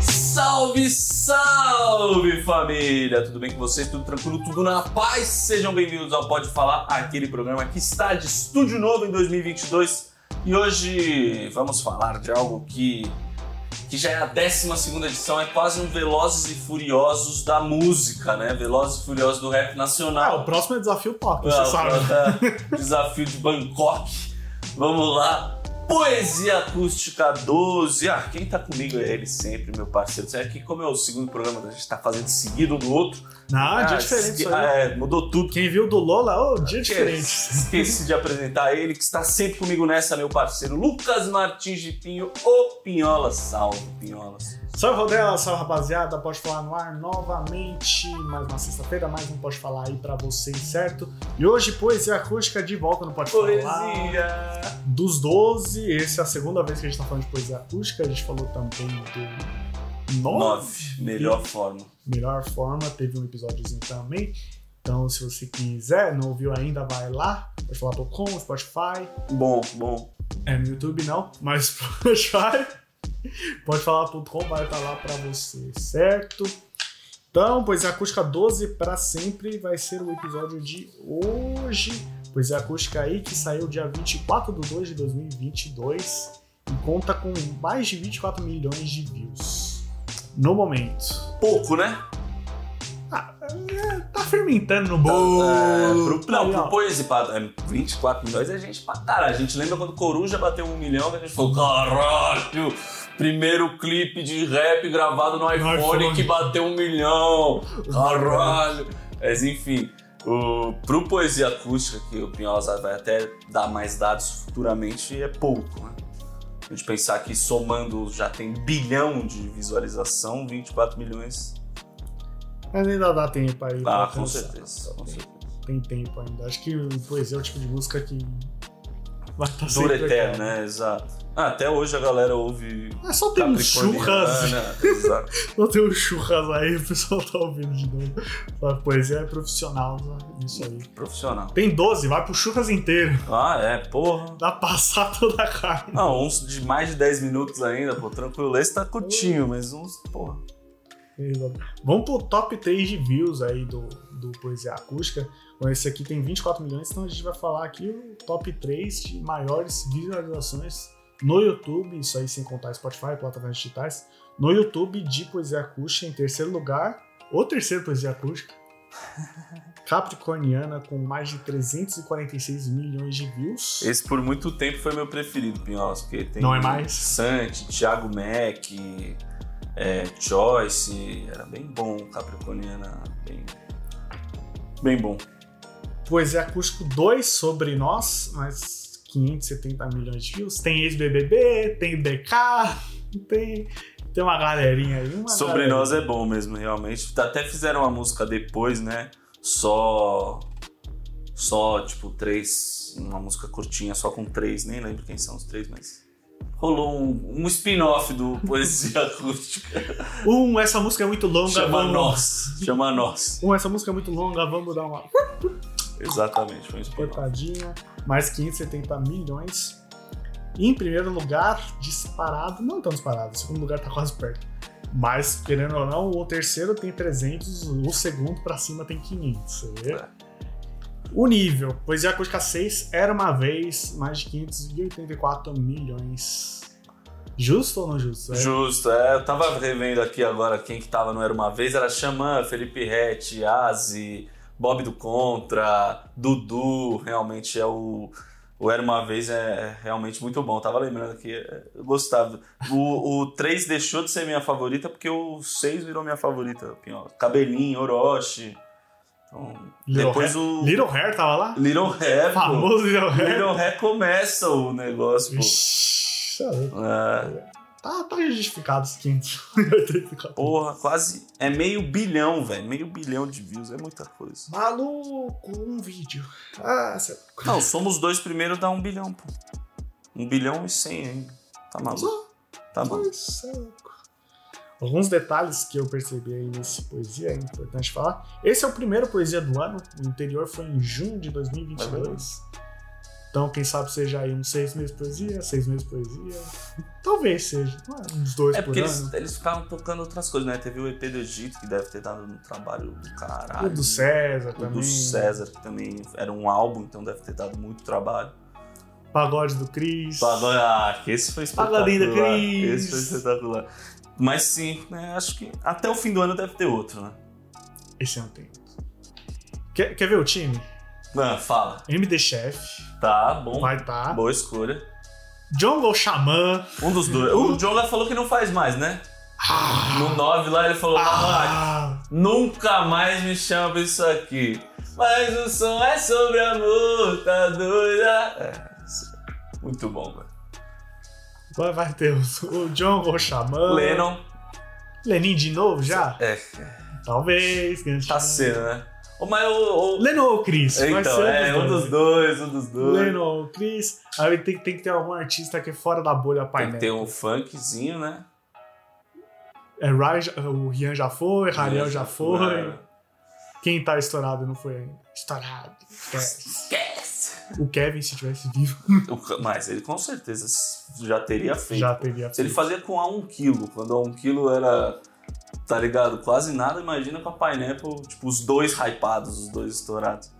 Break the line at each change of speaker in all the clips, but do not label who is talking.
Salve, salve família! Tudo bem com vocês? Tudo tranquilo? Tudo na paz? Sejam bem-vindos ao Pode Falar, aquele programa que está de estúdio novo em 2022 e hoje vamos falar de algo que, que já é a 12 edição, é quase um Velozes e Furiosos da música, né? Velozes e Furiosos do rap
Ah,
nacional.
o próximo é desafio top,
Ah,
você
o
sabe.
próximo é Desafio de Bangkok. Vamos lá. Poesia Acústica 12. Ah, quem tá comigo é ele sempre, meu parceiro. Sabe que como é o segundo programa que a gente tá fazendo seguido um do outro.
Não,
ah,
dia diferente
esque-
isso aí.
ah, é, mudou tudo.
Quem viu do Lola, ô, dia diferente.
Esqueci de apresentar ele, que está sempre comigo nessa, meu parceiro. Lucas Martins de Pinho, o Pinholas. Salve, Pinholas.
Salve, Rodela, salve, rapaziada. Pode falar no ar novamente. Mais uma sexta-feira, mais um Pode Falar aí pra vocês, certo? E hoje, poesia acústica de volta no Pode Falar.
Poesia.
Dos 12, essa é a segunda vez que a gente tá falando de poesia acústica. A gente falou também do 9.
Nove. Melhor forma.
Melhor Forma, teve um episódiozinho também. Então, se você quiser, não ouviu ainda, vai lá. Pode falar com Spotify,
Bom, bom.
É, no YouTube não, mas Spotify. Pode falar.com vai estar lá pra você, certo? Então, Poesia Acústica 12 pra sempre vai ser o episódio de hoje. Poesia Acústica aí que saiu dia 24 de 2 de 2022 e conta com mais de 24 milhões de views no momento.
Pouco, né?
Ah, é, tá fermentando no
É,
bolo.
pro, não,
Aí,
pro
ó.
Poesia, pra- é, 24 milhões é gente pra caralho. A gente lembra quando Coruja bateu um milhão, que a gente falou, caralho, primeiro clipe de rap gravado no iPhone,
iPhone.
que bateu um milhão, caralho. Mas enfim, o, pro Poesia Acústica, que o Pinholas vai até dar mais dados futuramente, é pouco, né? A gente pensar que somando já tem bilhão de visualização, 24 milhões.
Mas ainda dá tempo aí. pra
Ah, é. com
alcançar.
certeza, com certeza.
tem tempo ainda. Acho que o poesia é o tipo de música que vai estar
Dura
sempre
eterno,
aqui.
né? Exato. Ah, até hoje a galera ouve.
É só tem um
Capricorniano,
churras.
né? Exato.
Só tem um churras aí, o pessoal tá ouvindo de novo. Só que poesia é profissional, sabe? isso aí.
Profissional.
Tem 12, vai pro churras inteiro.
Ah, é, porra.
Dá pra passar toda a carne.
Não, uns de mais de 10 minutos ainda, pô, tranquilo. Esse tá curtinho, mas uns, porra.
Vamos pro top 3 de views aí do, do Poesia Acústica. Bom, Esse aqui tem 24 milhões, então a gente vai falar aqui o top 3 de maiores visualizações no YouTube, isso aí sem contar Spotify, plataformas digitais, no YouTube de Poesia Acústica em terceiro lugar, o terceiro Poesia Acústica, Capricorniana, com mais de 346 milhões de views.
Esse por muito tempo foi meu preferido, Pinholas, porque tem.
Não é mais?
Sante, Thiago Mac, é, Choice. Era bem bom, Capricorniana. Bem, bem bom.
Poesia Acústico 2 sobre nós, mais 570 milhões de views. Tem ex-BBB, tem DK, tem, tem uma galerinha aí. Uma
Sobre
galera.
nós é bom mesmo, realmente. Tá, Até fizeram uma música depois, né? Só. Só, tipo, três. Uma música curtinha, só com três. Nem lembro quem são os três, mas. Rolou um, um spin-off do Poesia Acústica.
Um, essa música é muito longa.
Chama
vamos...
Nós. Chama Nós.
Um, essa música é muito longa, vamos dar uma
Exatamente, foi um spin-off.
cortadinha. Mais 570 milhões. Em primeiro lugar, disparado. Não tão disparado, o segundo lugar tá quase perto. Mas, querendo ou não, o terceiro tem 300, o segundo pra cima tem 500, você vê?
É.
O nível, Poesia Acústica 6 era uma vez mais de 584 milhões. Justo ou não justo? É.
Justo, é, eu tava revendo aqui agora quem que tava no Era Uma Vez, era Xamã, Felipe Rett, Azi, Bob do Contra, Dudu, realmente é o... O Era Uma Vez é realmente muito bom, tava lembrando aqui, é, eu gostava. O, o 3 deixou de ser minha favorita porque o 6 virou minha favorita, Pinhola. Cabelinho, Orochi, então,
Little
depois
Hair-
o
Little Hair tava lá?
Little Ré, pô.
Famoso Little Hair.
Little Ré começa o negócio, pô.
Ixi, tá é louco.
É,
Tá, tá justificado os 584.
Porra, quase. É meio bilhão, velho. Meio bilhão de views, é muita coisa.
Maluco, um vídeo. Ah, cê...
Não, somos os dois primeiros, dá um bilhão, pô. Um bilhão e cem ainda. Tá maluco? Tá maluco.
Mas, é louco. Alguns detalhes que eu percebi aí nesse poesia é importante falar. Esse é o primeiro poesia do ano. O anterior foi em junho de
É
2022. Então, quem sabe seja aí uns seis meses de poesia, seis meses de poesia. Talvez seja. não é, Uns dois
É
por
porque
ano.
eles, eles ficaram tocando outras coisas, né? Teve o EP do Egito, que deve ter dado um trabalho do caralho.
O do César
O
também.
do César, que também era um álbum, então deve ter dado muito trabalho.
Pagode do Cris.
Pagode, ah, esse foi espetacular.
Pagodinho da Cris.
Esse foi espetacular. Mas sim, né, acho que até o fim do ano deve ter outro, né?
Esse ano tem. Quer, quer ver o time?
Não, fala.
MD Chef.
Tá, bom.
Vai tá.
Boa escolha.
Jungle Xamã.
Um dos dois. O Jonga falou que não faz mais, né?
Ah,
No 9 lá ele falou: "Ah,
ah,
nunca mais me chama pra isso aqui. Mas o som é sobre amor, tá doida? É, isso. muito bom, velho.
Vai, vai ter o, o Jungle Xamã.
Lennon.
Lenin de novo já?
É,
Talvez. grande
tá
chance.
sendo, né? Ô, Mas o. o...
Lennon ou Chris? Vai
Então,
ser
é, um dos dois, um dos dois.
Lennon ou Chris? Aí tem, tem que ter algum artista que é fora da bolha
Tem que
painel.
ter um funkzinho, né?
É, Ryan já- o Rian já foi, Rariel já foi.
É.
Quem tá estourado não foi ainda. Estourado. Esquece.
Esquece!
O Kevin, se tivesse vivo,
O- Mas ele com certeza já teria feito.
já teria
Se ele
feito.
fazia com a 1 kg, quando a 1 kg era, tá ligado, quase nada, imagina com a Pineapple, tipo, os dois hypados, os dois estourados.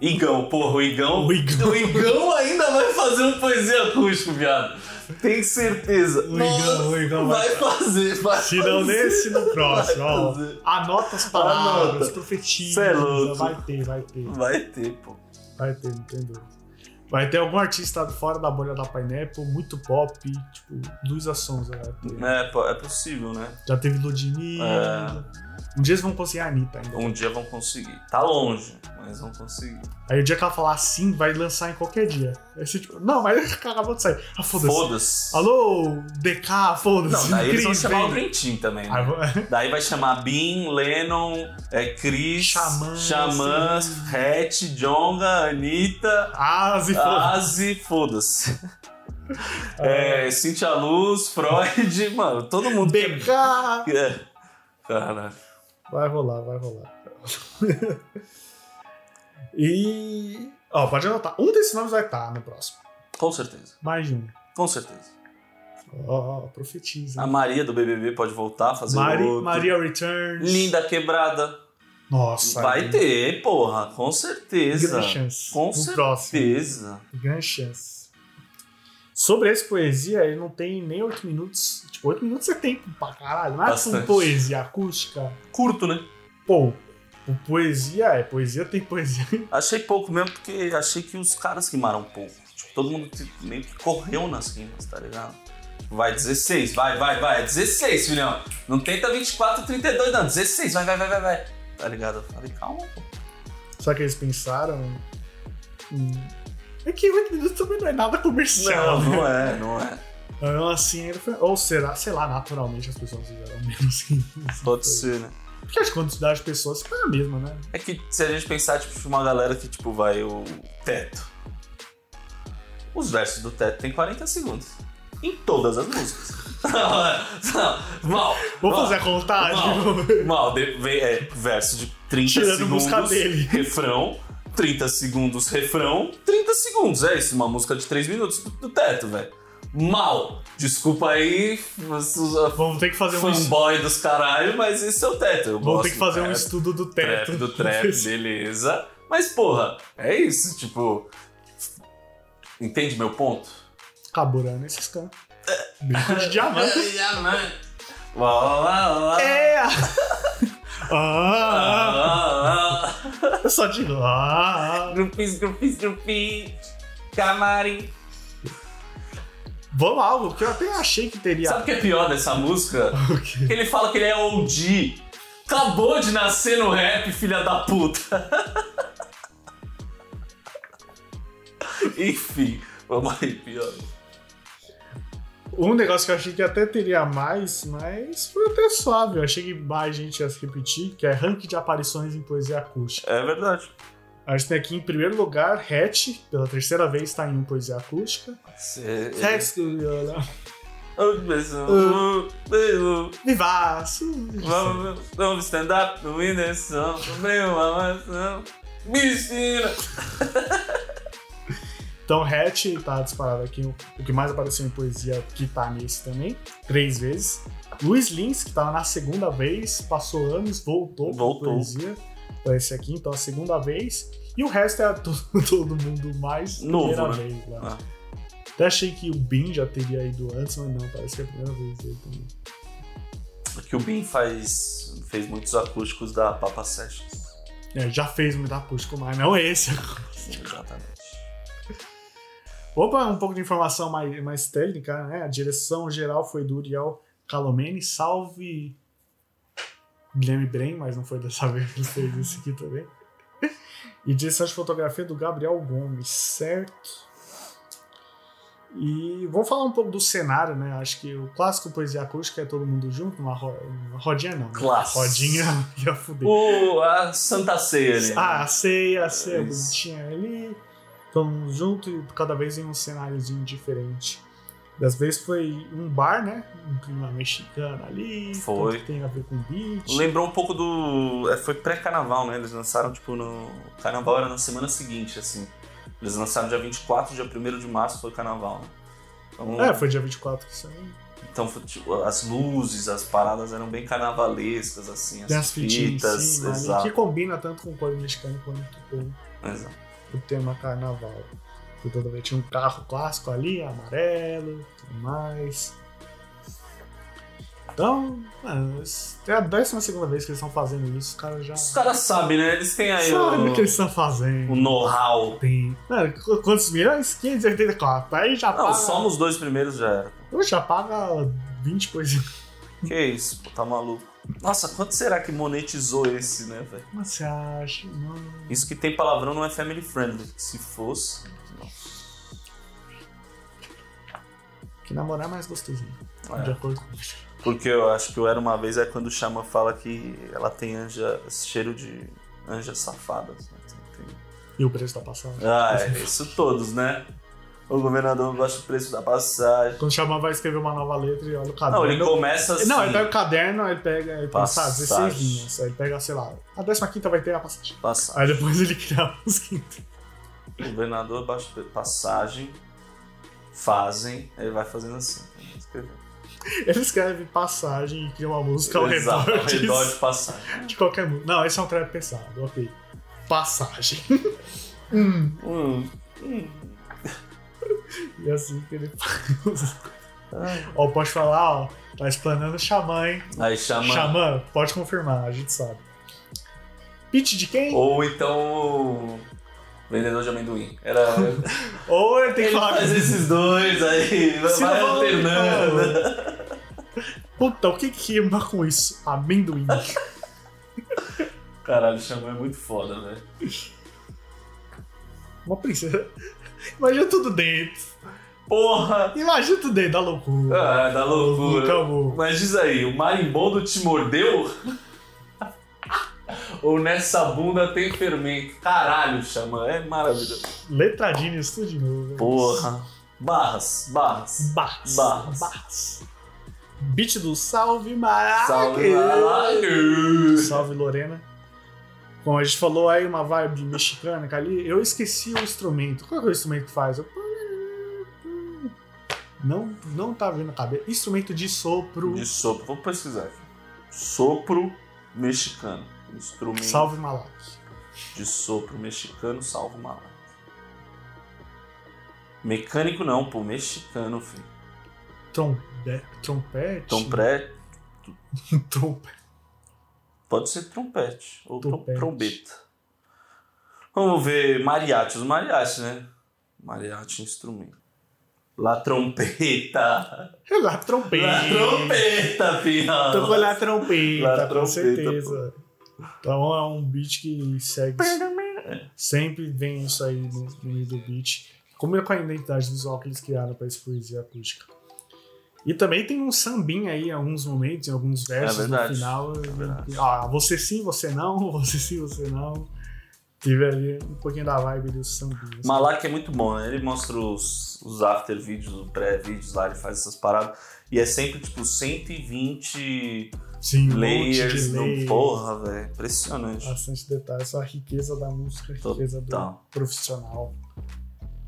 Igão, porra, o Igão.
O Igão.
o Igão ainda vai fazer um poesia acústico, viado. Tem certeza.
O Igão,
Nossa,
o Igão
vai fazer, vai
Se não
fazer.
nesse, no próximo. ó.
fazer.
Anota as palavras,
Anota.
profetiza.
Cê é louco.
Vai ter, vai ter.
Vai ter, pô.
Vai ter, não tem dúvida. Vai ter algum artista fora da bolha da Pineapple, muito pop, tipo, Luiz Sonza vai ter.
É, pô, é possível, né?
Já teve Ludmilla.
É.
Um dia eles vão conseguir a Anitta ainda.
Um dia vão conseguir. Tá longe, mas vão conseguir.
Aí o dia que ela falar sim, vai lançar em qualquer dia. Aí você tipo, não, mas acabou de sair. Ah, foda-se.
Foda-se.
Alô, DK, foda-se.
Não, daí eles vão
Cris,
chamar o
vem.
Dream Team também. né?
Aí vão-
Daí vai chamar Bin, Lennon, é, Chris,
Xamã,
Xamã,
sim.
Hatch, Jonga, Anitta,
Ah, se foda.
Azi, foda-se. É, Cintia Luz, Freud, mano, todo mundo.
DK.
É. Cara,
Vai rolar, vai rolar. e. Ó, pode anotar. Um desses nomes vai estar no próximo.
com certeza,
Mais de um.
com certeza.
Ó, ó, profetiza.
A Maria do BBB pode voltar a fazer
Mari-
Ah, outro.
Maria Returns.
Linda quebrada.
Nossa. é
Vai ter, porra, com certeza.
Grande chance.
Com
No próximo.
certeza.
Grande chance. Sobre esse poesia, ele não tem nem 8 minutos. Tipo, 8 minutos é tempo pra caralho. Não é
Bastante.
tipo poesia acústica.
Curto, né?
Pô, o poesia é poesia, tem poesia.
Achei pouco mesmo, porque achei que os caras rimaram pouco. Tipo, todo mundo te- meio que correu nas rimas, tá ligado? Vai 16, vai, vai, vai. É 16, filhão. Não tenta 24, 32, não. 16, vai, vai, vai, vai, vai. Tá ligado? Eu falei, calma, pô.
Só que eles pensaram. hum, É que 8 minutos também não é nada comercial.
Não,
né?
não é, não é.
Então, assim, ele foi- ou será, sei lá, naturalmente as pessoas fizeram menos que isso.
Pode ser, né?
Porque a quantidade de pessoas foi a mesma, né?
É que se a gente pensar, tipo, uma galera que, tipo, vai o teto. Os versos do teto tem 40 segundos. Em todas as músicas. não, mal.
Vou
mal.
fazer a contagem.
Mal, mal de- vem- é, verso de 30
Tirando
segundos.
música dele.
Refrão. 30 segundos, refrão. 30 segundos. É isso, uma música de 3 minutos do, do teto, velho. Mal. Desculpa aí, os- os-
Vamos ter que fazer um estudo.
fanboy dos caralho, mas esse é o teto. Eu
Vamos
gosto
ter que
do
fazer um
teto,
estudo do
trap
teto.
do trap, beleza. Mas, porra, é isso, tipo. Entende meu ponto?
Caburando esses caras. Brinco de diamante.
Lá, lá, lá,
É! Ah,
lá, lá.
eu só digo. Ah,
Grupis, grupis, grupis. Camarim.
vamos algo que eu até achei que teria.
Sabe o que é pior dessa música?
O quê?
Que ele fala que ele é OG. Acabou de nascer no rap, filha da puta. Enfim, vamos aí, pior.
Um negócio que eu achei que até teria mais, mas foi até suave. Eu achei que mais gente ia se repetir, que é ranking de aparições em poesia acústica.
É verdade.
A gente tem aqui em primeiro lugar Hatch, pela terceira vez está em um poesia acústica.
Cê-
Hatch,
Um beijo,
Uh.
um beijo.
Vivaço!
Vamos, vamos stand up, no inerção, também uma maçã. Piscina!
Então Hatch tá disparado aqui, o o que mais apareceu em poesia que tá nesse também, três vezes. Luiz Lins, que tava na segunda vez, passou anos, voltou, pra
Voltou.
poesia pra esse aqui, então a segunda vez. E o resto é a to- todo mundo mais
Novo,
primeira
né?
vez lá.
Ah.
Até achei que o Bin já teria ido antes, mas não, parece que é a primeira vez dele também.
Que o Bin faz, fez muitos acústicos da Papa Sessions.
É, já fez muito acústico, mas não esse.
Exatamente.
Opa, um pouco de informação mais, mais técnica, né? A direção geral foi do Uriel Calomene, salve Guilherme Brem, mas não foi dessa vez que ele fez isso aqui também. E direção de fotografia do Gabriel Gomes, certo? E vou falar um pouco do cenário, né? Acho que o clássico poesia acústica é todo mundo junto, uma, ro- uma rodinha não. né?
Clássico.
Rodinha ia fuder.
O, a Santa Ceia ali. né?
Ah, a ceia, a ceia
Isso.
bonitinha ali. Então, junto e cada vez em um cenáriozinho diferente. Das vezes foi um bar, né? Um clima mexicano ali.
Foi.
tanto que tem a ver com beat.
Lembrou um pouco do. é, Foi pré-carnaval, né? Eles lançaram, tipo, no. O carnaval era na semana seguinte, assim. Eles lançaram dia 24, dia 1 de março foi o carnaval, né? Então,
É, foi dia 24 que saiu.
então foi, tipo, as luzes, as paradas eram bem carnavalescas, assim, as
Tem as fitinhas em
fitas.
cima ali,
exato,
que combina tanto com o código mexicano quanto com
exato.
o tema carnaval. Porque toda vez tinha um carro clássico ali, amarelo, tudo mais. Então, mano, isso- é a 12 segunda vez que eles estão fazendo isso, os caras já.
Os caras sabem, né? Eles têm aí
Sabe o que
o,
eles estão fazendo?
o know-how.
Tem. Mano, qu- quantos milhões? 584. Aí já
Não,
paga.
só nos dois primeiros já era.
Eu já paga 20 coisas.
Que isso, pô, tá maluco. Nossa, quanto será que monetizou esse, né, velho?
Como você acha? Não.
Isso que tem palavrão não é family friendly. Se fosse.
Que namorar é mais gostosinho.
É.
De acordo com isso.
Porque eu acho que eu era uma vez é quando o Xamã fala que ela tem anja, cheiro de anjas safadas. né? Tem- tem-
E o preço tá passando.
Ah, é isso todos, né? O governador baixa o preço da passagem.
Quando o Xamã vai escrever uma nova letra e olha o caderno.
Não, ele começa assim.
Não, ele pega o caderno, aí ele pega, ele pensa, ah, 16
Passagem.
linhas. Aí ele pega, sei lá, a 15 vai ter a passagem.
Passa-
Aí depois ele cria a música inteira.
O governador baixa o preço passagem. Fazem. Aí Ele vai fazendo assim. escrevendo.
Ele escreve passagem e cria uma música ao
Exato,
redor
ao redor
disso.
de passagem.
De qualquer música. Não, esse é um trap pesado, ok. Passagem.
Hum, hum.
E assim que ele faz.
Ai.
ó, pode falar, ó. Tá explanando o Xamã, hein?
Aí chama.
Xamã, pode confirmar, a gente sabe. Pitch de quem? Ou,
Ou então. o Vendedor de amendoim. Era.
ele tem que
Ele
falar.
faz esses dois aí,
Se
vai
não, um, tá
alternando.
Puta, o que que rima com isso? Amendoim.
Caralho, Xamã é muito foda, velho.
Uma princesa. Imagina tudo dentro.
Porra!
Imagina tudo dentro, da loucura.
Ah, da loucura.
Acabou.
Mas diz aí, o marimbondo te mordeu? Ou nessa bunda tem fermento? Caralho, Xamã, é maravilhoso.
Letradinha, isso tudo de novo.
Porra. Barras, barras.
Barras.
Barras.
Barras. Beat do Salve Maraca.
Salve, caralho.
Salve Lorena. Bom, a gente falou aí uma vibe mexicana que ali. Eu esqueci o instrumento. Qual é o instrumento que faz? Eu- Não, não tá vindo a cabeça. Instrumento de sopro.
De sopro, vou pesquisar aqui. Sopro mexicano. Instrumento
Salve Malak.
de sopro mexicano, salvo malandro. Mecânico não, pô, mexicano, filho.
Trombe... Trompete?
Trompete,
Trompe-
pode ser trompete ou trom-
Trompete.
trombeta. Vamos ver mariachi, os mariachi, né? Mariachi é instrumento. La trompeta.
É lá, trompete.
La trompeta, filhão.
Tocou lá trompeta,
Lá
com
trompeta,
certeza. Então é um beat que segue. Sempre vem isso aí no no meio do beat. Como é com a identidade visual que eles criaram para esse poesia acústica. E também tem um sambinha aí em alguns momentos, em alguns versos no
verdade.
final.
É verdade.
ah, você sim, você não, você sim, você não. Tive ali um pouquinho da vibe do sambinha. assim.
Malak é muito bom, né? Ele mostra os, os after vídeos, os pré-vídeos lá, ele faz essas paradas. E é sempre, tipo, 120
Sim, um monte de
layers. no-
layer,
Porra, velho. Impressionante. Tá,
Bastante detalhe, só a riqueza da música, a riqueza do
Total.
profissional.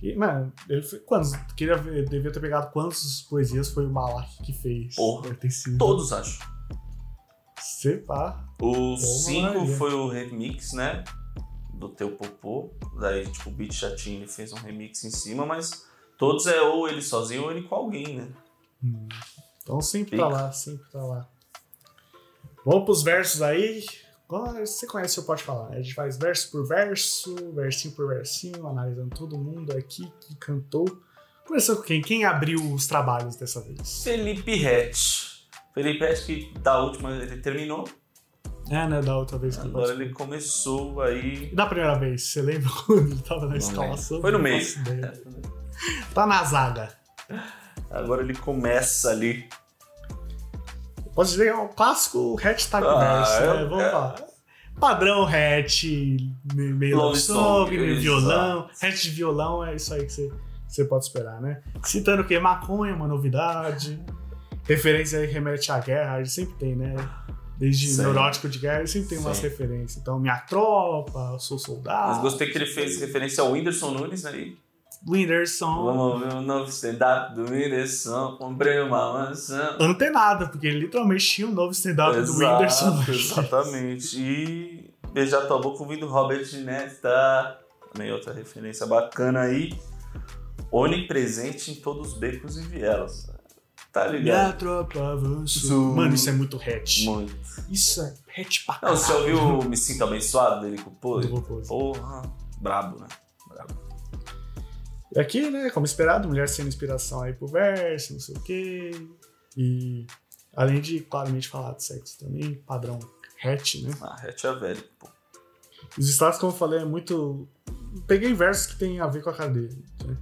E, mano, ele foi, quantos, queria ver, devia ter pegado quantas poesias foi o Malak que fez.
Porra,
Deve ter sido.
Todos, acho.
Sei lá.
O
Vamos lá,
5
gente.
foi o remix, né? Do Teu Popô. Daí, tipo, o Beat Chatinho ele fez um remix em cima, mas todos é ou ele sozinho ou ele com alguém, né?
Hum. Então sempre
Pica.
tá lá, sempre tá lá. Vamos pros versos aí. Agora, Você conhece, você pode falar. né? A gente faz verso por verso, versinho por versinho, analisando todo mundo aqui que cantou. Começando com quem? Quem abriu os trabalhos dessa vez?
Felipe Rett. Felipe Rett que da última ele terminou,
É, né? Da outra vez que eu
agora ele começou aí. né?
E da primeira vez, você lembra quando ele tava na escalação?
Foi no
Não
meio.
faço ideia. Tá na zaga.
É, Agora ele começa ali.
Posso dizer que é um clássico hatch type
Ah,
verse, né?
eu-
Vamos
é.
falar. Padrão hatch, me- meio
Love
love
song,
song, meio
exato.
violão. Hatch de violão é isso aí que você, que você pode esperar, né? Citando o quê? Maconha, uma novidade. Referência aí remete à guerra, ele sempre tem, né? Desde
Sim.
neurótico de guerra, ele sempre tem umas
Sim.
referências. Então, minha tropa, eu sou soldado.
Mas gostei que ele fez referência ao Whindersson Nunes né, aí.
Whindersson.
Vamos ver o novo stand-up do Whindersson. Comprei uma maçã.
antenada, porque ele literalmente tinha um novo stand-up do
Exato,
Whindersson.
Exatamente. E beijar tua boca ouvindo Robert Nesta. Também outra referência bacana aí. Onipresente em todos os becos e vielas. Tá
Minha
ligado?
tropa avançou.
Su-
Mano, isso é muito hatch.
Muito.
Isso é hatch pra
Não,
caralho.
você ouviu o Me Sinto Abençoado dele com o
Do
Pô?
Voposo.
Porra. Brabo, né? Brabo.
E aqui, né, como esperado, mulher sendo inspiração aí pro verso, não sei o quê. E além de claramente falar de sexo também, padrão hatch, né?
Ah, Hatch é velho, pô.
Os status, como eu falei, é muito. Peguei versos que tem a ver com a cara dele. né?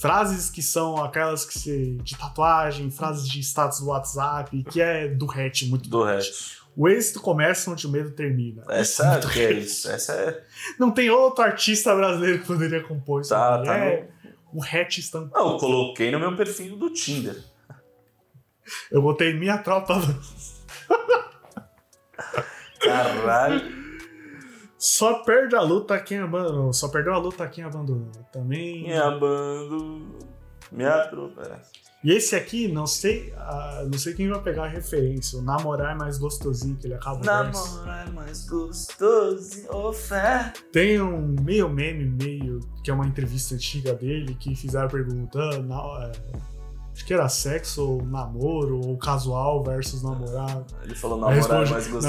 Frases que são aquelas que se. de tatuagem, frases de status do WhatsApp, que é do hatch, muito
Do Hatch.
O êxito começa onde o medo termina. Isso é
Essa
muito
que é isso. Essa é.
Não tem outro artista brasileiro que poderia compor isso.
Tá,
aqui.
tá
é o hatch estampado.
Não, eu coloquei no meu perfil do Tinder.
Eu botei minha tropa.
Caralho.
Só perde a luta quem abandonou. Só perdeu a luta quem abandonou. Também.
Me abando. Me atropela.
E esse aqui, não sei, ah, não sei quem vai pegar a referência. O namorar é mais gostosinho que ele acaba. o verso.
Namorar é mais gostoso, ô fé.
Tem um meio meme, meio que é uma entrevista antiga dele que fizeram a pergunta, ah, na- é, acho que era sexo ou namoro ou casual versus namorar.
Ele falou namorar é mais gostoso.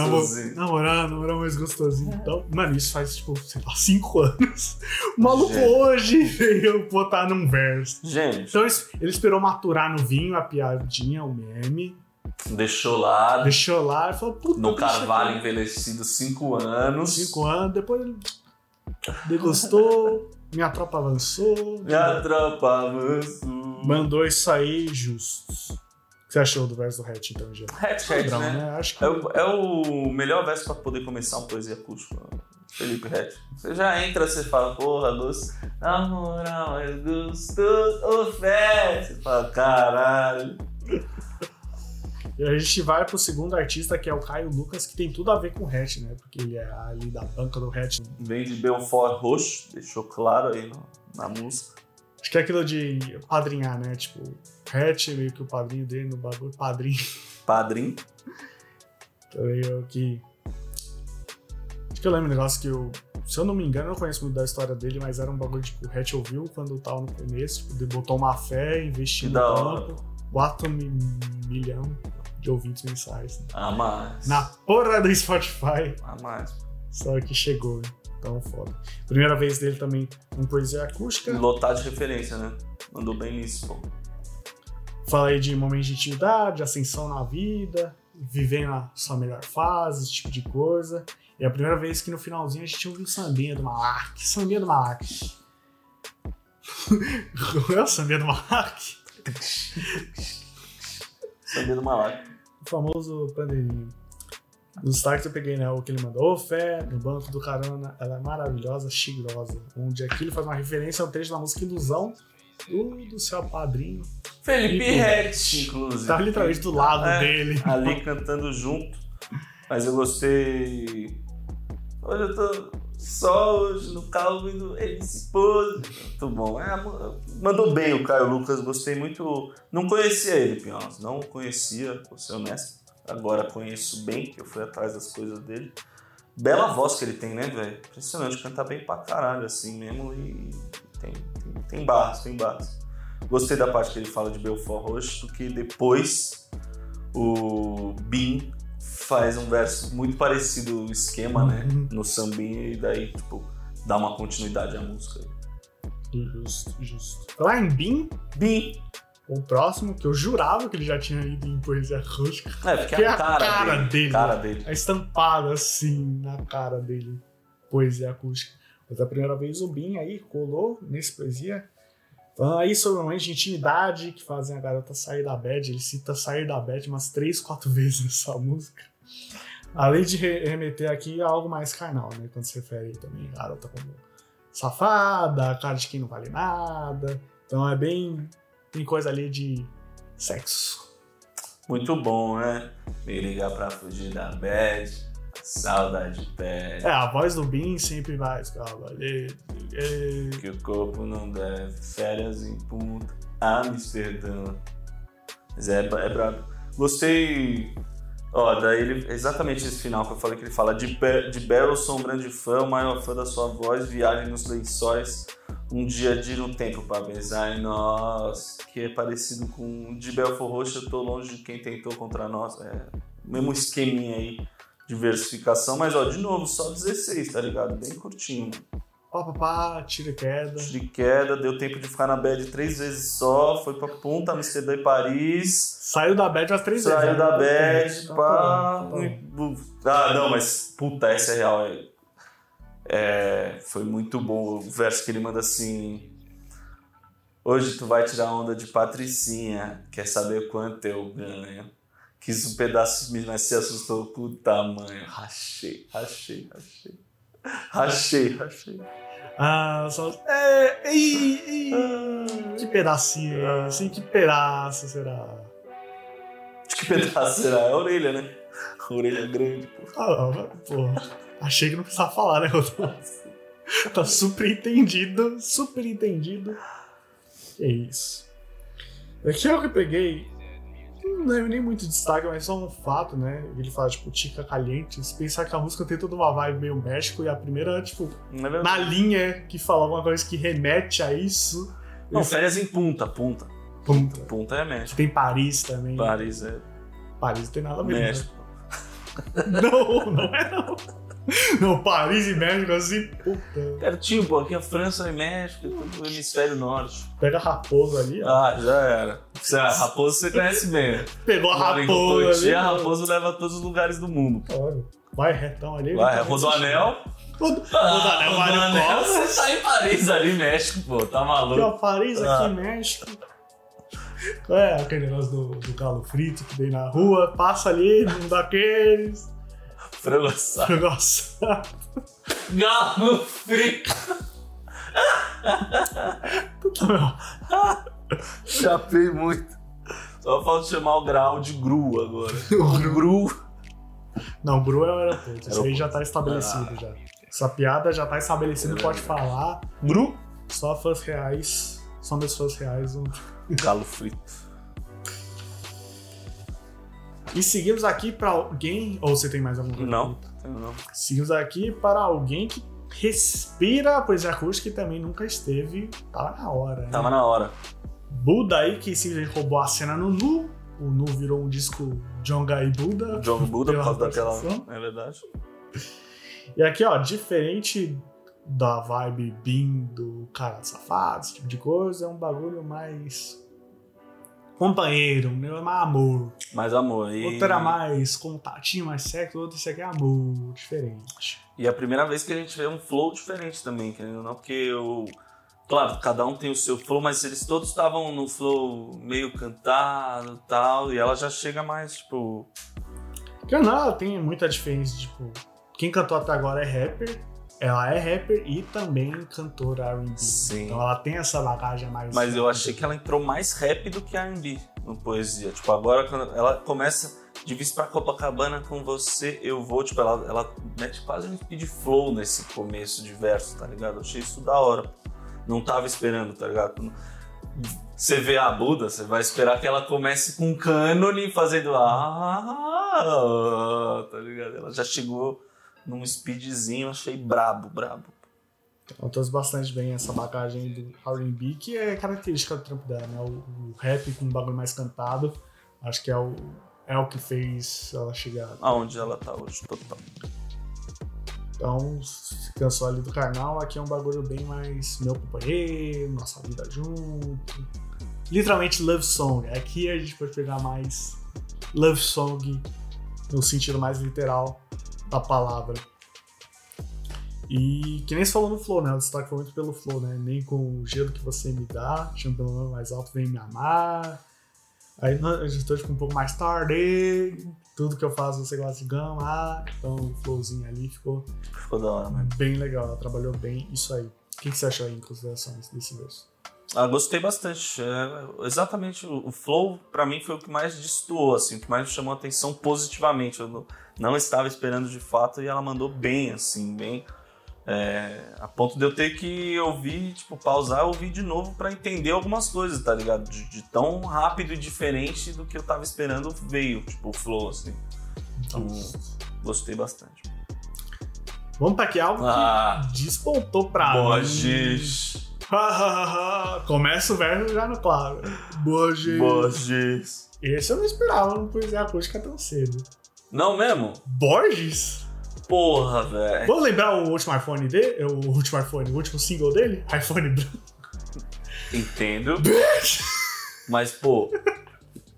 Namorar, namorar é mais gostosinho. Então, mano, isso faz, tipo, sei lá, cinco anos. O maluco
Gente.
hoje veio botar num verso.
Gente,
Então es- ele esperou maturar no vinho a piadinha, o meme.
deixou lá
Deixou lá e falou, puta,
Ah. no
deixa aqui.
carvalho envelhecido 5 anos.
Cinco anos, depois ele degustou, minha tropa avançou.
Me atrapalhou.
Mandou isso aí, justos. O que você achou do verso do Hatch, então, já?
Hatch, Hatch,
Padrão,
né?
Acho que
É o, é o melhor verso pra poder começar um poesia acústica. Felipe Hatch. Você já entra, você fala, porra, doce. Namorar mais gostoso, ô fé. Você fala, caralho.
E a gente vai pro segundo artista, que é o Caio Lucas, que tem tudo a ver com o Hatch, né? Porque ele é ali da banca do Hatch.
Vem de Belfort Roxo, deixou claro aí no- na música.
Acho que é aquilo de padrinhar, né? Tipo, Hatch é meio que o padrinho dele no bagulho. Padrinho
Padrim.
também é o que. Acho que eu lembro um negócio que eu. Se eu não me engano, eu não conheço muito da história dele, mas era um bagulho tipo, o Hatch ouviu quando eu tava no começo, tipo, ele botou uma fé, investiu
Que
no
da hora.
campo, 4 mi- milhão de ouvintes mensais. né?
A mais.
Na porra do Spotify.
A mais.
Só que chegou, né? Então foda. Primeira vez dele também em poesia acústica.
Lotar de referência, né? Mandou bem nisso, pô.
Fala aí de momento de intimidade, ascensão na vida, vivendo a sua melhor fase, esse tipo de coisa. E é a primeira vez que no finalzinho a gente ouviu o sambinha do Malak. Sambinha do Malak. Qual é o sambinha do Malak?
Sambia do Malaco.
O famoso pandeirinho. Nos destaques eu peguei, né? O que ele mandou. Ô, fé, no banco do carona, ela é maravilhosa, chigrosa. Onde aqui ele faz uma referência ao trecho da música Ilusão do, do seu padrinho.
Felipe
Felipe
Rett, inclusive.
Tá literalmente do lado
É,
dele.
Ali cantando junto. Mas eu gostei. Hoje eu tô só hoje no carro ouvindo ele se pôs. Muito bom. É, mandou bem o Caio Lucas, gostei muito. Não conhecia ele, Pinhos. Não conhecia, vou ser honesto. Agora conheço bem, que eu fui atrás das coisas dele. Bela voz que ele tem, né, velho? Impressionante, cantar bem pra caralho, assim mesmo. E tem, tem, tem barras, tem barras. Gostei da parte que ele fala de Belfort Roxo, que depois o Bin faz um verso muito parecido o esquema, né?
Uhum.
No sambinha e daí, tipo, dá uma continuidade à música.
Justo, justo. Lá em Bim,
Bin!
o próximo, que eu jurava que ele já tinha ido em Poesia Rústica,
É, porque
Que
é a cara, dele.
dele.
Cara dele.
é estampada assim na cara dele, poesia acústica. Mas a primeira vez o Bin aí colou nesse poesia. Falando aí sobre momentos de intimidade que fazem a garota sair da bad. Ele cita sair da bad umas três, quatro vezes nessa música. Além de re- remeter aqui a algo mais carnal, né? Quando se refere aí também à garota como safada, cara de quem não vale nada. Então é bem. Tem coisa ali de sexo.
Muito bom, né? Me liga pra fugir da bad. Saudade pede.
É, a voz do Bin sempre vai. Cavaleiro, é,
Que o corpo não deve. Férias em ponto. Amsterdã. Mas é, é brabo. Gostei. Ó, daí ele. Exatamente esse final que eu falei que ele fala. De, Be- de Barrel sou um grande fã, o maior fã da sua voz, viagem nos lençóis. Um dia de um tempo para pensar em nós. Que é parecido com de Belfort Roxo, eu tô longe de quem tentou contra nós. É, mesmo esqueminha aí. Diversificação, mas ó, de novo, só 16, tá ligado? Bem curtinho.
Ó, papá, tira e queda.
Chute de queda, deu tempo de ficar na bad três vezes só, foi pra Punta, Amsterdã e Paris,
Saiu da bad umas três vezes.
saiu
né?
da
Tá
bad,
bom,
pá...
tá bom.
Ah, não, mas puta, essa é real. é- É, foi muito bom o verso que ele manda assim... Hoje tu vai tirar onda de patricinha, quer saber quanto eu ganho. Quis um pedaço de mim, mas se assustou com o tamanho. Rachei, rachei, rachei. Rachei, rachei.
Ah, só. É, ei, ei,
Ah.
que pedacinho é esse? Que pedaço será?
De que pedaço será? É a orelha, né? A orelha grande, pô.
Ah, não, pô. Achei que não precisava falar, né, Rodolfo? Tá super entendido, super entendido. É isso. Aqui é o que eu peguei. Não lembro nem muito destaque, mas só um fato, né? Ele fala, tipo, Tica Caliente. Se pensar que a música tem toda uma vibe meio México e a primeira, tipo,
Não é verdade?
na linha que fala alguma coisa que remete a isso.
Não, férias em punta, punta.
Puta.
Punta é México.
Tem Paris também.
Paris é
Paris não tem
Tá
nada a ver. né?
México.
Não, não é não. Não, Paris e México assim, puta.
Pertinho, pô. Aqui é França e México, tudo no hemisfério norte.
Pega a raposa ali, ó.
Ah, já era. Você- a raposa você conhece bem. né?
Pegou a
Mora em
raposa
Toti,
ali.
A
ó.
raposa né? leva a todos os lugares do mundo.
Olha, Vai retão ali.
Vai,
ele tá
Rodoanel.
Rodo-
Ah,
Rodoanel, Mário
Rodoanel,
Covas.
Você tá em Paris ali, México, pô. Tá
Aqui,
maluco.
ó, Paris,
Ah.
aqui, México. É, aquele negócio do, do galo frito que vem na rua, passa ali, um daqueles.
Frango assado.
Negócio.
Galo frito.
Puta, meu.
Chapei muito. Só falta chamar o grau de gru agora. gru.
Não, Gru é o aeroporto. Isso aí
Aeroporto.
já tá estabelecido
Ah.
já. Essa piada já tá estabelecida, pode falar.
Gru?
Só fãs reais. Só meus fãs reais. um. vão-
Galo frito.
E seguimos aqui pra alguém. Ou você tem mais alguma coisa?
Não. Não.
Seguimos aqui para alguém que respira a poesia acústica e também nunca esteve. Tava na hora, né?
Tava Tá na hora.
Buda aí, que simplesmente roubou a cena no Nu. O Nu virou um disco Jonga e Buda.
John Buda por causa
Pela
daquela.
construção.
É verdade.
E aqui, ó, diferente da vibe Bim do cara safado, esse tipo de coisa, é um bagulho mais companheiro, um negócio mais amor.
Mas amor. E...
Outro era mais contatinho, mais sexo, outro esse aqui é amor, diferente.
E é a primeira vez que a gente vê um flow diferente também, querendo ou não, porque o Claro, cada um tem o seu flow, mas eles todos estavam no flow meio cantado e tal, e ela já chega mais, tipo.
Que não, ela tem muita diferença, tipo, quem cantou até agora é rapper, ela é rapper e também cantora R&B.
Sim.
Então ela tem essa bagagem mais...
Mas eu achei que ela entrou mais rap do que RB no poesia. Tipo, agora quando ela começa de vice pra Copacabana com você, eu vou. Tipo, ela, ela mete quase um speed flow nesse começo de verso, tá ligado? Eu achei isso da hora. Não tava esperando, tá ligado? Quando Você vê a Buda, você vai esperar que ela comece com um cânone fazendo. Ah, tá ligado? Ela já chegou num speedzinho, achei brabo, brabo.
Ela trouxe bastante bem essa bagagem do R&B, que é característica do trampo dela, né? O, o rap com um bagulho mais cantado, acho que é o, é o que fez ela chegar.
Aonde ela tá hoje, total.
Então, se cansou ali do carnal, aqui é um bagulho bem mais meu companheiro, nossa vida junto. Literalmente love song. Aqui a gente pode pegar mais love song no sentido mais literal da palavra. E que nem se falou no flow, né? O destaque foi muito pelo flow, né? Nem com o gelo que você me dá, chama pelo nome mais alto, vem me amar. Aí não, eu já estou tipo, um pouco mais tarde. Tudo que eu faço você gosta de gamar. Então o flowzinho ali ficou
Ficou da hora, né? mano.
É bem legal. Ela trabalhou bem isso aí. O que, que você achou aí em consideração desse- desse verso?
Ah, gostei bastante. É, exatamente, o, o flow pra mim foi o que mais destoou, assim, o que mais me chamou a atenção positivamente. Eu não, não estava esperando de fato e ela mandou bem, assim, bem. é, a ponto de eu ter que ouvir, tipo, pausar, ouvir de novo pra entender algumas coisas, tá ligado? De, de tão rápido e diferente do que eu tava esperando veio, tipo, o flow, assim. Então, gostei bastante.
Vamos pra que algo
Ah,
que despontou pra mim.
Borges!
Começa o verso já no claro. Boges.
Borges!
Esse eu não esperava no Poesia Acústica tão cedo.
Não mesmo?
Borges?
Porra, velho.
Vamos lembrar o último iPhone dele? é O último iPhone, o último single dele? iPhone branco.
Entendo. Mas, pô,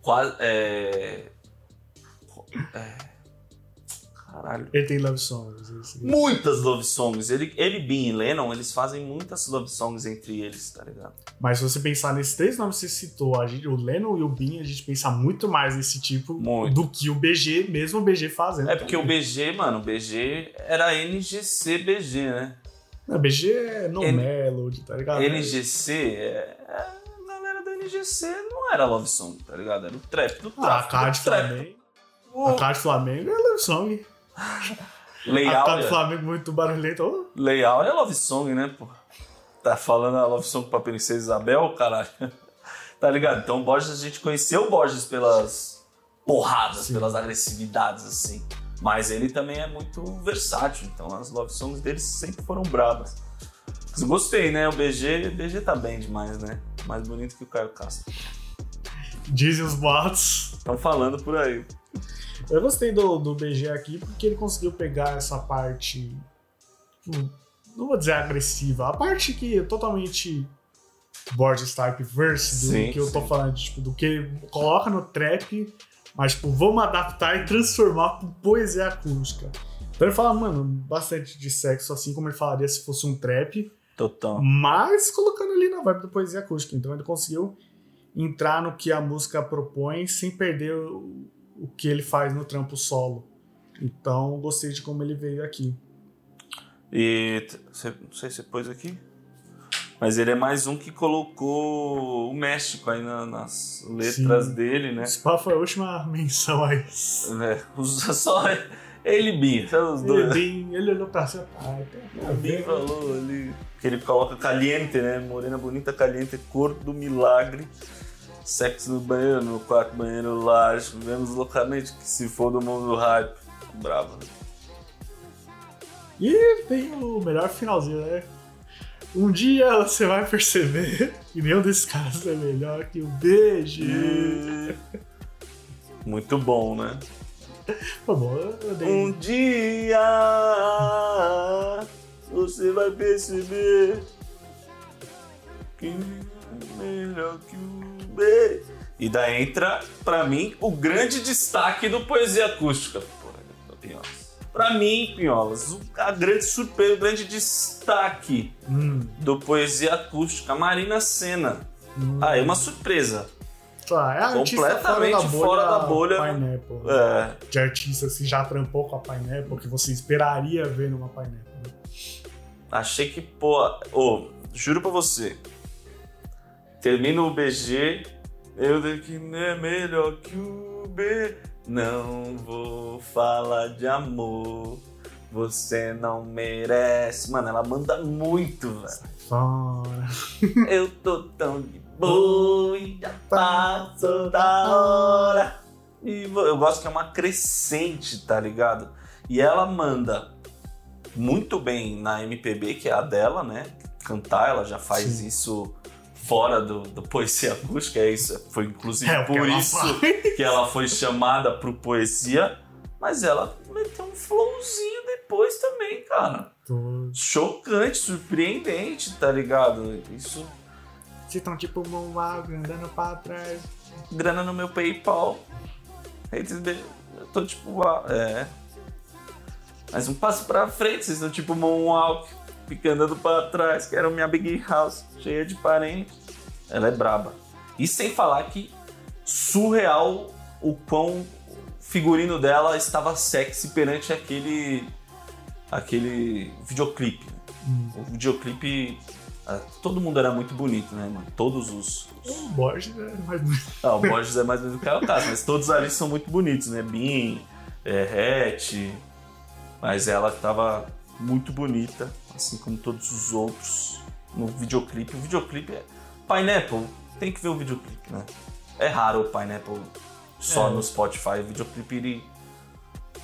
quase. É... é, Caralho.
Ele tem love songs. esse.
Muitas love songs. Ele, ele Bin e Lennon, eles fazem muitas love songs entre eles, tá ligado?
Mas se você pensar nesses três nomes que você citou, a gente, o Lennon e o Bin, a gente pensa muito mais nesse tipo
Muito.
do que o BG, mesmo o BG fazendo.
É porque o BG, mano, o BG era NGC BG, né?
Não, BG é no
N-
melody, tá ligado?
NGC é. é, A galera da NGC não era love song, tá ligado? Era o trap do
Ah, a
trap.
Cade Flamengo. A Cade Flamengo é love song. A Cade
Layout.
Flamengo muito barulhento. Oh,
Layout é love song, né, pô? Tá falando a love song pra Princesa Isabel, caralho. Tá ligado? Então o Borges, a gente conheceu o Borges pelas porradas,
Sim.
pelas agressividades, assim. Mas ele também é muito versátil, então as love songs dele sempre foram brabas. Mas Gostei, né? O BG, BG tá bem demais, né? Mais bonito que o Caio Castro.
dizem os boatos.
Estão falando por aí.
Eu gostei do, do BG aqui porque ele conseguiu pegar essa parte. hum, Não vou dizer agressiva, a parte que é totalmente Borges type verse do
Sim,
que eu tô
sim.
falando, tipo, do que ele coloca no trap, mas tipo, vamos adaptar e transformar com poesia acústica. Então ele fala, mano, bastante de sexo, assim como ele falaria se fosse um trap,
Totão.
mas colocando ali na vibe da poesia acústica. Então ele conseguiu entrar no que a música propõe sem perder o, o que ele faz no trampo solo. Então gostei de como ele veio aqui.
E t- cê- não sei se você pôs aqui. Mas ele é mais um que colocou o México aí na- nas letras
Sim.
dele, né?
Esse papo foi a última menção aí.
É, usa só ele e Bin, só os
Ele,
dois.
bem- ele olhou pra cima. Ah, tem a
O Bin
ver.
falou ali. Que ele coloca caliente, né? Morena bonita, caliente, cor do milagre. Sexo no banheiro, no quarto, banheiro, laje. Vemos loucamente que se for do mundo do hype. Bravo. né?
E tem o melhor finalzinho, né? Um dia você vai perceber que nenhum desses caras é melhor que o
Hum.
BG.
Muito bom, né?
Tá bom, eu dei.
Um dia você vai perceber que é melhor que o B. E daí entra, pra mim, o grande destaque do Poesia Acústica. Porra, campeão. Pra mim, Pinholas, o- a grande surpresa, o grande destaque
Hum,
do Poesia Acústica, Marina Senna.
hum.
Ah, é uma surpresa.
Tá, é artista
completamente fora da bolha.
Pineapple. né?
É,
De artista que já trampou com a Pineapple, que você esperaria ver numa Pineapple. né?
achei que, pô, ô, juro pra você. Termina o BG, eu dei que não é melhor que o B. Não vou falar de amor. Você não merece. Mano, ela manda muito, velho.
Fora.
Eu tô tão de boa e já passou da hora. E vo- eu gosto que é uma crescente, tá ligado? E ela manda muito bem na MPB, que é a dela, né? Cantar, ela já faz
Sim.
isso fora do, do poesia acústica, é isso. Foi inclusive
É, o que
por
ela
isso
faz.
que ela foi chamada pro poesia. Mas ela meteu um flowzinho depois também, cara.
Tô-
Chocante, surpreendente, tá ligado? Isso
Vocês estão tipo um andando pra trás.
grana no meu PayPal. Aí vocês be- eu tô tipo, ah, é. Mas um passo pra frente, vocês estão tipo moonwalk, fica andando pra trás, quero minha big house cheia de parentes. Ela é braba. E sem falar que surreal o quão figurino dela estava sexy perante aquele aquele videoclipe. né?
Hum.
O videoclipe, ah, todo mundo era muito bonito, né, mano? Todos os- os
O Borges né, mas muito
ah, o Borges é mais bonito que o Cássio, mas todos ali são muito bonitos, né? Bin, é, Het, mas ela tava muito bonita, assim como todos os outros no videoclipe. O videoclipe é. Pineapple, tem que ver o videoclipe, né? É raro o Pineapple só
É.
no Spotify, o videoclipe ele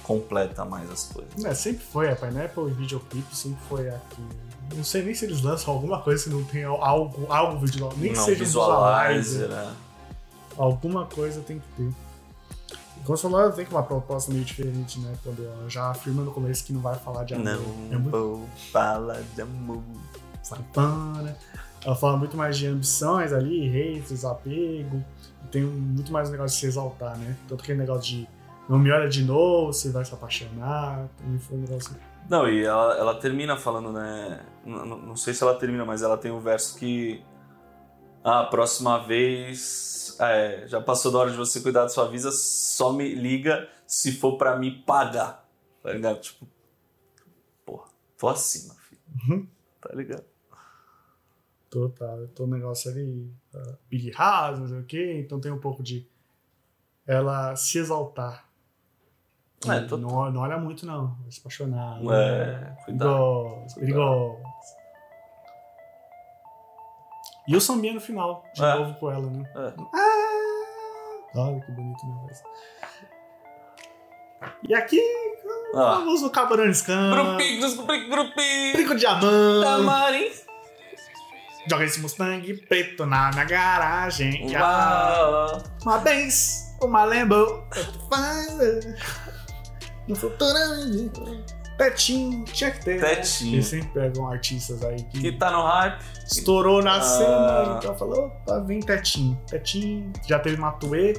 completa mais as coisas.
É, sempre foi, a Pineapple e videoclipe sempre foi aqui. Não sei nem se eles lançam alguma coisa se não tem algo, algo visual, nem que
Não,
seja um visualizer.
né?
Alguma coisa tem que ter. E como você falou, ela tem com uma proposta meio diferente, né? Quando ela já afirma no começo que não vai falar de amor. É
Não
muito
vou falar de amor.
sapana. né? Ela fala muito mais de ambições ali, haters, apego. Tem um- muito mais um negócio de se exaltar, né? Tanto aquele negócio de não me olha de novo, você vai se apaixonar. Também foi um negócio.
Não, e ela, ela termina falando, né? n- n- Não sei se ela termina, mas ela tem um verso que. Ah, próxima vez. é, já passou da hora de você cuidar da sua vida, só me liga se for pra me pagar. Tá ligado? Tipo. Porra, tô acima, filho.
Uhum.
Tá ligado?
Total, tô um negócio ali, ah, Big House, não sei o quê. Então tem um pouco de ela se exaltar.
É,
E
tô-
não, não olha muito, não. Vai se apaixonar.
É, cuidado.
Perigoso, perigoso. E o Sambia no final, de
É.
novo com ela, né?
É.
Ah! Olha que bonito minha voz. E aqui
Ah.
vamos no Cabarões Cam.
Grupinhos, grupinhos, grupinhos.
Brinco de
Tá,
diamante.
Tamarim.
Joga esse Mustang preto na minha garagem. Ah,
Uau.
Uma Benz, uma Lambo. tanto faz. No futuro, Tetinho, um tinha que ter. né?
Tetinho.
Eles sempre pegam artistas aí que
Que tá no hype.
Estourou na
Ah.
cena, então falou, opa, vem Tetinho. Tetinho, já teve Matuê.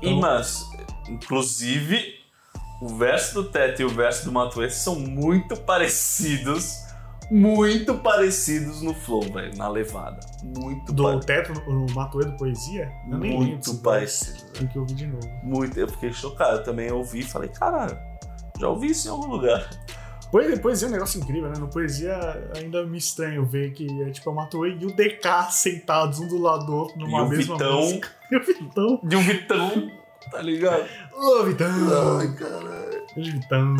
E,
Então-
mas, inclusive, o verso do Teto e o verso do Matuê são muito parecidos. Muito parecidos no flow, velho, na levada. Muito
Do
pare-
Teto, o Matuê do Poesia. Eu nem lembro
Muito
desse
parecidos.
verso.
velho.
Tem que ouvir de novo.
Muito. Eu fiquei chocado. Eu também ouvi e falei, caralho, já ouvi isso em algum lugar.
Poesia, poesia é um negócio incrível, né? No Poesia ainda me estranho ver que é tipo o Matuê e o DK sentados um do lado do outro numa
E o
mesma
Vitão.
música. E o Vitão.
De um Vitão, tá ligado?
Ô, Vitão!
Ai, caralho.
Ô, Vitão.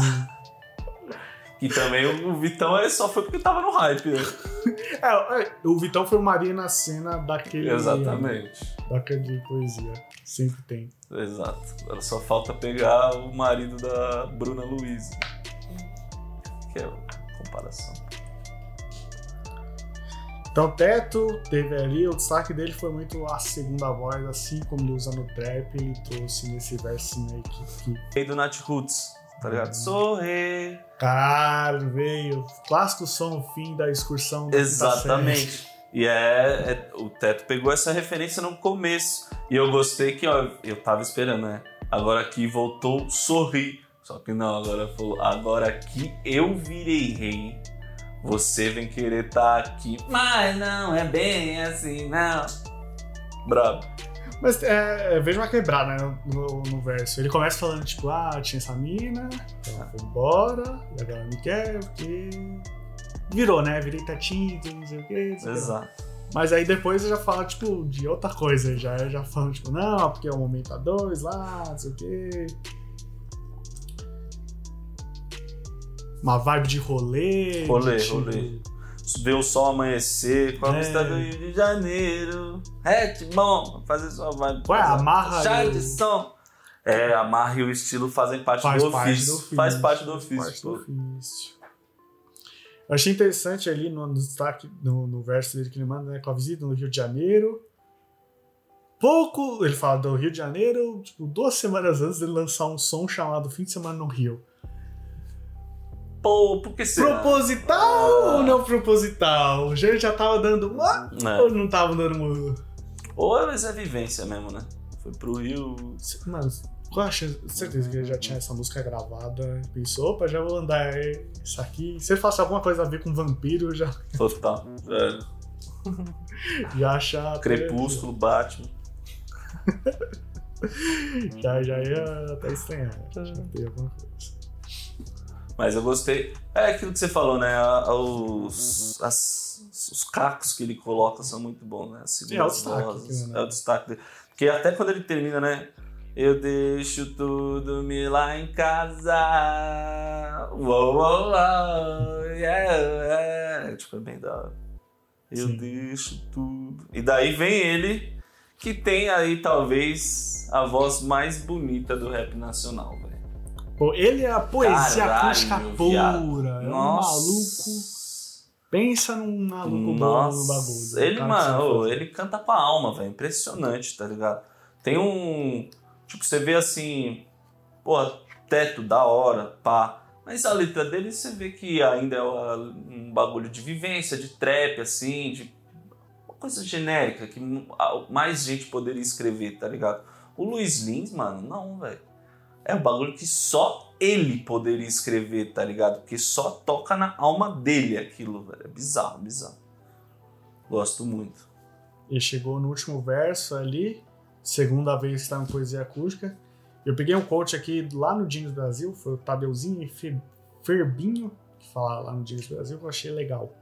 E também o o Vitão é só foi porque tava no hype. Né?
É, é, o Vitão foi o Maria na cena daquele...
Exatamente.
Daquele Poesia. Sempre tem.
Exato. Agora só falta pegar o marido da Bruna Luiz. Que é a comparação.
Então, Teto teve ali, o destaque dele foi muito a segunda voz, assim como ele usa no trap, ele trouxe nesse versinho aí que. que-
Rei do Nat Roots, tá ligado? Sou rei.
Caralho, veio. Clássico som, fim da excursão. da quinta série.
Exatamente. E é, é- O Teto pegou essa referência no começo. E eu gostei que, ó, eu tava esperando, né? Agora aqui voltou sorri. Só que não, agora falou, agora que eu virei rei, você vem querer estar aqui. Mas não, é bem assim, não. Brabo.
Mas é, vejo uma quebrada né, no, no verso. Ele começa falando, tipo, ah, tinha essa mina, ela foi embora, e agora me quer, porque. Virou, né? Virei tatido, não sei o quê. não sei o quê.
Exato.
Mas aí depois eu já falo, tipo, de outra coisa. Já, eu já falo, tipo, não, porque é um momento a dois lá, não sei o quê. Uma vibe de rolê.
Rolê,
de, tipo,
rolê. Ver o sol amanhecer, com a
É.
vista do Rio de Janeiro. É, que bom, fazer sua vibe.
Ué, amarra
Chá
aí o-
de som. É, amarra e o estilo fazem parte,
Faz
do,
parte
ofício.
do ofício.
Faz parte do
Faz parte do
ofício.
ofício. Eu achei interessante ali no, no destaque, no, no verso dele que ele manda, né? Com a visita no Rio de Janeiro. Pouco, ele fala do Rio de Janeiro, tipo, duas semanas antes dele lançar um som chamado Fim de Semana no Rio.
Pô, por que será?
Proposital
Ah.
ou não proposital? O Jair já tava dando uma
É.
ou não tava dando uma?
Ou é essa vivência mesmo, né? Foi pro Rio.
Mano, qual a chance? Certeza que ele já tinha essa música gravada. Pensou, opa, já vou andar isso aqui. Se ele faça alguma coisa a ver com vampiro, já
Total. É.
Já achar.
Crepúsculo, Batman.
Já, já ia até estranhar. Acho que tem alguma coisa.
Mas eu gostei. É aquilo que você falou, né? A- Os, as- os cacos que ele coloca são muito bons, né? As
É, é o
segundas
destaque,
vozes.
né?
É o destaque dele. Porque até quando ele termina, né? Eu deixo tudo me lá em casa. Uou, uou, uou. Yeah, yeah. Tipo, é bem da hora. Eu
Sim.
deixo tudo. E daí vem ele, que tem aí talvez a voz mais bonita do rap nacional, velho.
Pô, ele é a poesia
Caralho,
acústica
meu
pura. É um maluco.
Nossa.
Pensa num maluco bom no
Nossa.
bagulho.
Ele,
Cara que
mano,
sabe
ô,
fazer.
ele canta pra alma, velho. Impressionante, tá ligado? Tem um. Tipo, você vê assim. Pô, teto, da hora, pá. Mas a letra dele você vê que ainda é uma- um bagulho de vivência, de trap, assim, de. Uma coisa genérica que mu- a- mais gente poderia escrever, tá ligado? O Luiz Lins, mano, não, velho. É um bagulho que só ele poderia escrever, tá ligado? Porque só toca na alma dele aquilo, velho. É bizarro, bizarro. Gosto muito.
Ele chegou no último verso ali, segunda vez que está em poesia acústica. Eu peguei um coach aqui lá no Dinos Brasil, foi o Tadeuzinho e Fe- Ferbinho, que fala lá no Dinos Brasil, que eu achei legal.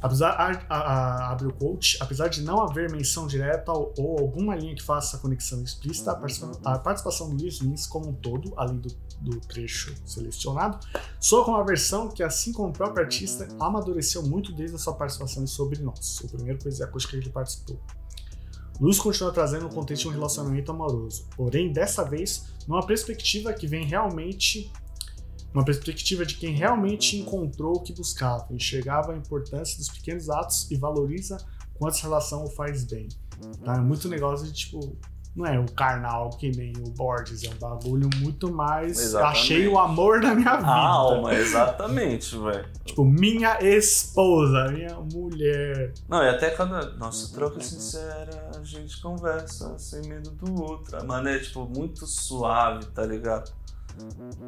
Apesar, a- a- a- abre o coach, apesar de não haver menção direta ao- ou, alguma linha que faça conexão explícita, a,
Uhum,
participa-
uhum.
a participação do Luiz Lins como um todo, além do, do trecho selecionado, Soa com uma versão que, assim como o próprio artista, amadureceu muito desde a sua participação em Sobre Nós, o primeiro poesia acústica que ele participou. Luz continua trazendo o contexto de um relacionamento amoroso, porém, dessa vez, numa perspectiva que vem realmente. Uma perspectiva de quem realmente encontrou o que buscava, enxergava a importância dos pequenos atos e valoriza quanto essa relação o faz bem. Tá? É muito negócio de tipo. Não é o carnal que nem o Borges, é um bagulho muito mais.
Exatamente.
Achei o amor da minha vida.
A alma, exatamente, velho.
Tipo, minha esposa, minha mulher.
Não, e até quando. é- Nossa, troca sincera, a gente conversa sem medo do outro. Mano, é tipo muito suave, tá ligado?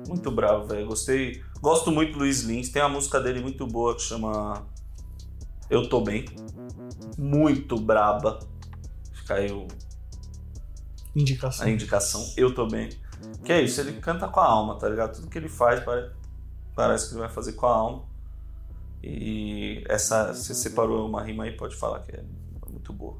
Muito bravo, velho. Gostei. Gosto muito do Luiz Lins. Tem uma música dele muito boa que chama Eu Tô Bem. Muito braba. Fica aí o-
Indicação.
a indicação. Eu Tô Bem. Que é isso, ele canta com a alma, tá ligado? Tudo que ele faz pare- parece que ele vai fazer com a alma. E essa, você separou uma rima aí, pode falar que é muito boa.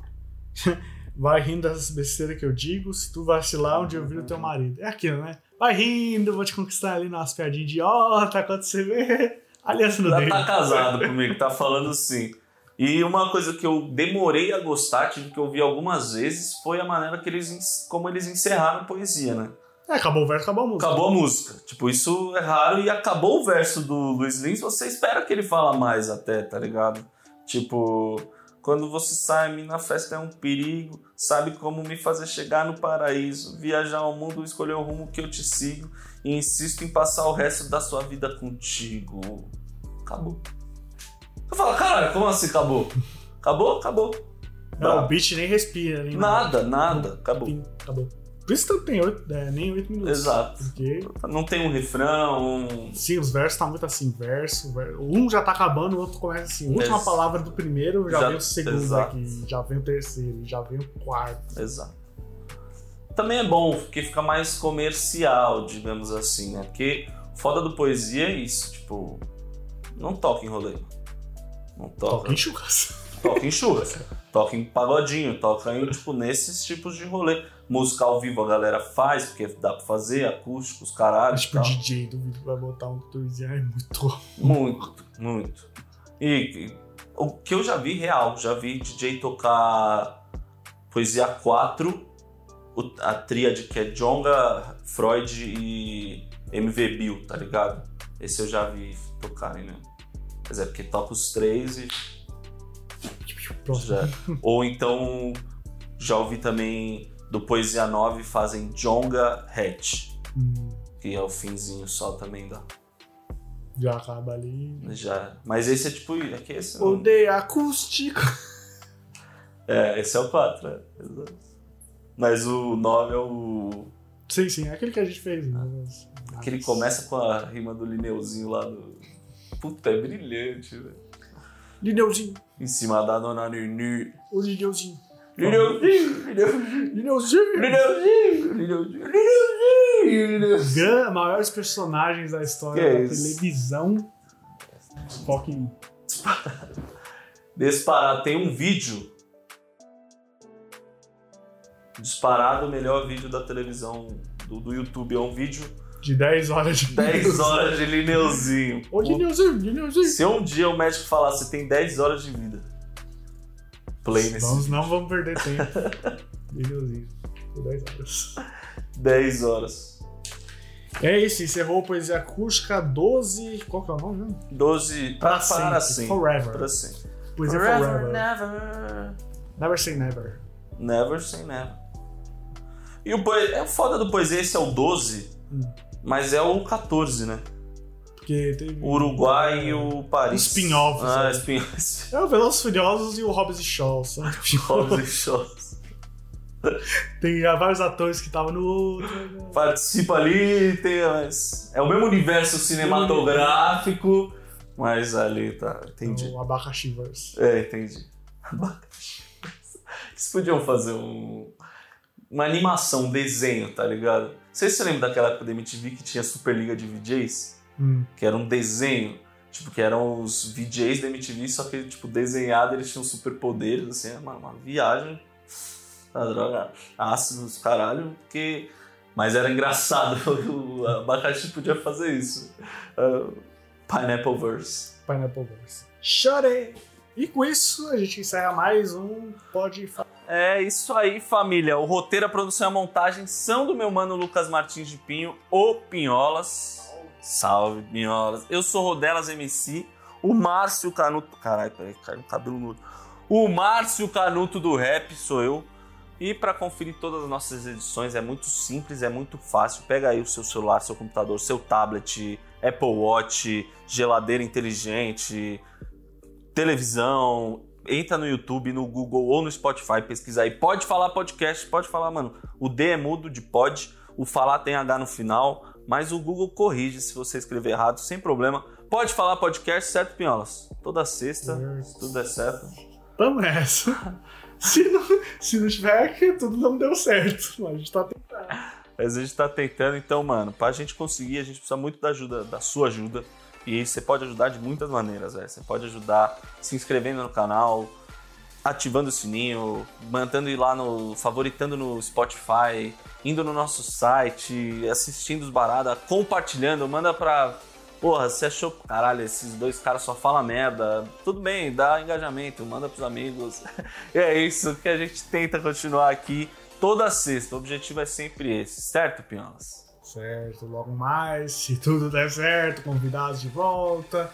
Vai rindo das besteiras que eu digo, se tu vacilar, onde eu viro teu marido. É aquilo, né? Vai rindo, vou te conquistar ali nas piadinhas idiota, quando você vê. Aliás, no
Ela
dedo.
tá casado comigo, tá falando sim. E uma coisa que eu demorei a gostar, tive que ouvir algumas vezes, foi a maneira que eles, en- como eles encerraram a poesia, né?
É, acabou o verso, acabou a música.
Acabou a música. Tipo, isso é raro e acabou o verso do Luiz Lins, você espera que ele fala mais até, tá ligado? Tipo, quando você sai, mina festa é um perigo, sabe como me fazer chegar no paraíso, viajar ao mundo, escolher o rumo que eu te sigo e insisto em passar o resto da sua vida contigo. Acabou. Você fala, cara, como assim acabou? Acabou? Acabou.
É Não, o beat nem respira, nem
Nada, nada, acabou.
Fim, Acabou. Por isso que não tem oito, é, nem 8 minutos.
Exato.
Porque,
Não tem um refrão, um.
sim, os versos tá muito assim, verso, ver- um já tá acabando, o outro começa assim. Última
Ex-
palavra do primeiro, já
Exa-
vem o segundo
exato.
aqui, já vem o terceiro, já vem o quarto.
Exato. Também é bom, porque fica mais comercial, digamos assim, né? Porque foda do poesia é isso, tipo. Não toca em rolê. Não
Toca
toca.
em churras.
Toca em churras. toca em pagodinho, toca em, tipo, nesses tipos de rolê. Música ao vivo a galera faz, porque dá pra fazer, acústicos, caralho. e
Tipo, o
tal.
DJ do vídeo vai botar um tutorzinho, é muito
Muito, muito. E e, o que eu já vi real, já vi DJ tocar Poesia 4, o- a tríade que é Jonga, Freud e MV Bill, tá ligado? Esse eu já vi tocarem, né? Mas é porque toca os três e
Tipo, pronto.
já. Ou então já ouvi também do Poesia 9 fazem Jonga Hatch,
Hum,
que é o finzinho só também da.
já acaba ali.
Já. Mas esse é tipo. É que esse não-
Odeio acústico.
É, esse é o 4, é. exato. Mas o 9 é o.
Sim, sim, é aquele que a gente fez. né?
Que ele Ah. começa com a rima do Lineuzinho lá do. Puta, é brilhante, velho.
Lineuzinho,
Em cima da dona Nini.
o Lineuzinho.
Lineuzinho, Lineuzinho,
Lineuzinho!
Lineuzinho, Lineuzinho, Lineuzinho, Lineuzinho.
Gran- maiores personagens da história
Que
da
isso.
televisão. Foca em
Disparado, tem um vídeo. Disparado, o melhor vídeo da televisão do, do YouTube. É um vídeo
de 10 horas de
10 horas de Lineuzinho.
Ô, Lineuzinho, Lineuzinho.
Se um dia o médico falar, você tem 10 horas de vida. Play nesse.
Vamos, não vamos perder tempo. Lineuzinho, de 10 horas.
10 horas.
É isso, encerrou a Poesia Acústica 12. Qual que é o nome? mesmo?
12 pra, para sempre.
Forever.
Pra sempre.
Poesia Forever.
né? never.
Never say never.
Never sem never. E o poe... é foda do poesia, esse é o 12,
Hum.
mas é o 14, né?
Porque teve.
O Uruguai e o Paris.
Os spin-offs,
Ah,
né?
spin-offs.
É o Velozes Furiosos e o Hobbs e Shaw. só.
Jogos e shows.
Tem ah, vários atores que estavam no outro.
Participa ali, tem as... É o mesmo universo cinematográfico, mas ali tá. Entendi.
O Abacaxiverse.
É, entendi. Eles podiam fazer um, uma animação, um desenho, tá ligado? Vocês se lembram daquela época da MTV que tinha Superliga de VJs?
Hum.
Que era um desenho, tipo, que eram os VJs da MTV, só que, tipo, desenhado eles tinham superpoderes, assim, era uma, uma viagem. A droga, ácidos, caralho, porque... Mas era engraçado, o abacaxi podia fazer isso. Uh, Pineapple Verse.
Pineapple Verse. Chorei! E com isso, a gente encerra mais um Pode Falar.
É isso aí, família. O roteiro, a produção e a montagem são do meu mano Lucas Martins de Pinho, o Pinholas. Salve, Pinholas. Eu sou Rodelas MC. O Márcio Canuto. Caralho, peraí, caiu um cabelo no. O Márcio Canuto do Rap sou eu. E para conferir todas as nossas edições é muito simples, é muito fácil. Pega aí o seu celular, seu computador, seu tablet, Apple Watch, geladeira inteligente, televisão, entra no YouTube, no Google ou no Spotify, pesquisa aí. Pode falar podcast, pode falar, mano. O D é mudo de pode, o falar tem H no final, mas o Google corrige se você escrever errado, sem problema. Pode falar podcast, certo, Pinholas? Toda sexta, se tudo der certo.
Tamo nessa. Se não, se não tiver, é que tudo não deu certo. Mas a gente tá tentando.
Mas a gente tá tentando, então, mano, pra gente conseguir, a gente precisa muito da ajuda, da sua ajuda. E você pode ajudar de muitas maneiras, velho. Você pode ajudar se inscrevendo no canal, ativando o sininho, mandando ir lá no. favoritando no Spotify, indo no nosso site, assistindo os baradas, compartilhando, manda pra. Porra, você achou. Caralho, esses dois caras só falam merda. Tudo bem, dá engajamento, manda pros amigos. E é isso que a gente tenta continuar aqui toda sexta. O objetivo é sempre esse, certo, Pinholas?
Certo, logo mais. Se tudo der certo, convidados de volta.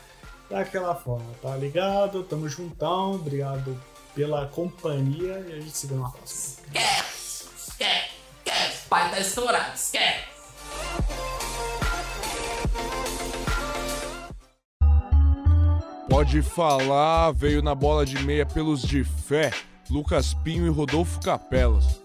Daquela forma, tá ligado? Tamo juntão. Obrigado pela companhia e a gente se vê na próxima.
Esquece, esquece, esquece. Pai tá estourado, esquece.
Pode falar, veio na bola de meia pelos de fé, Lucas Pinho e Rodolfo Capelas.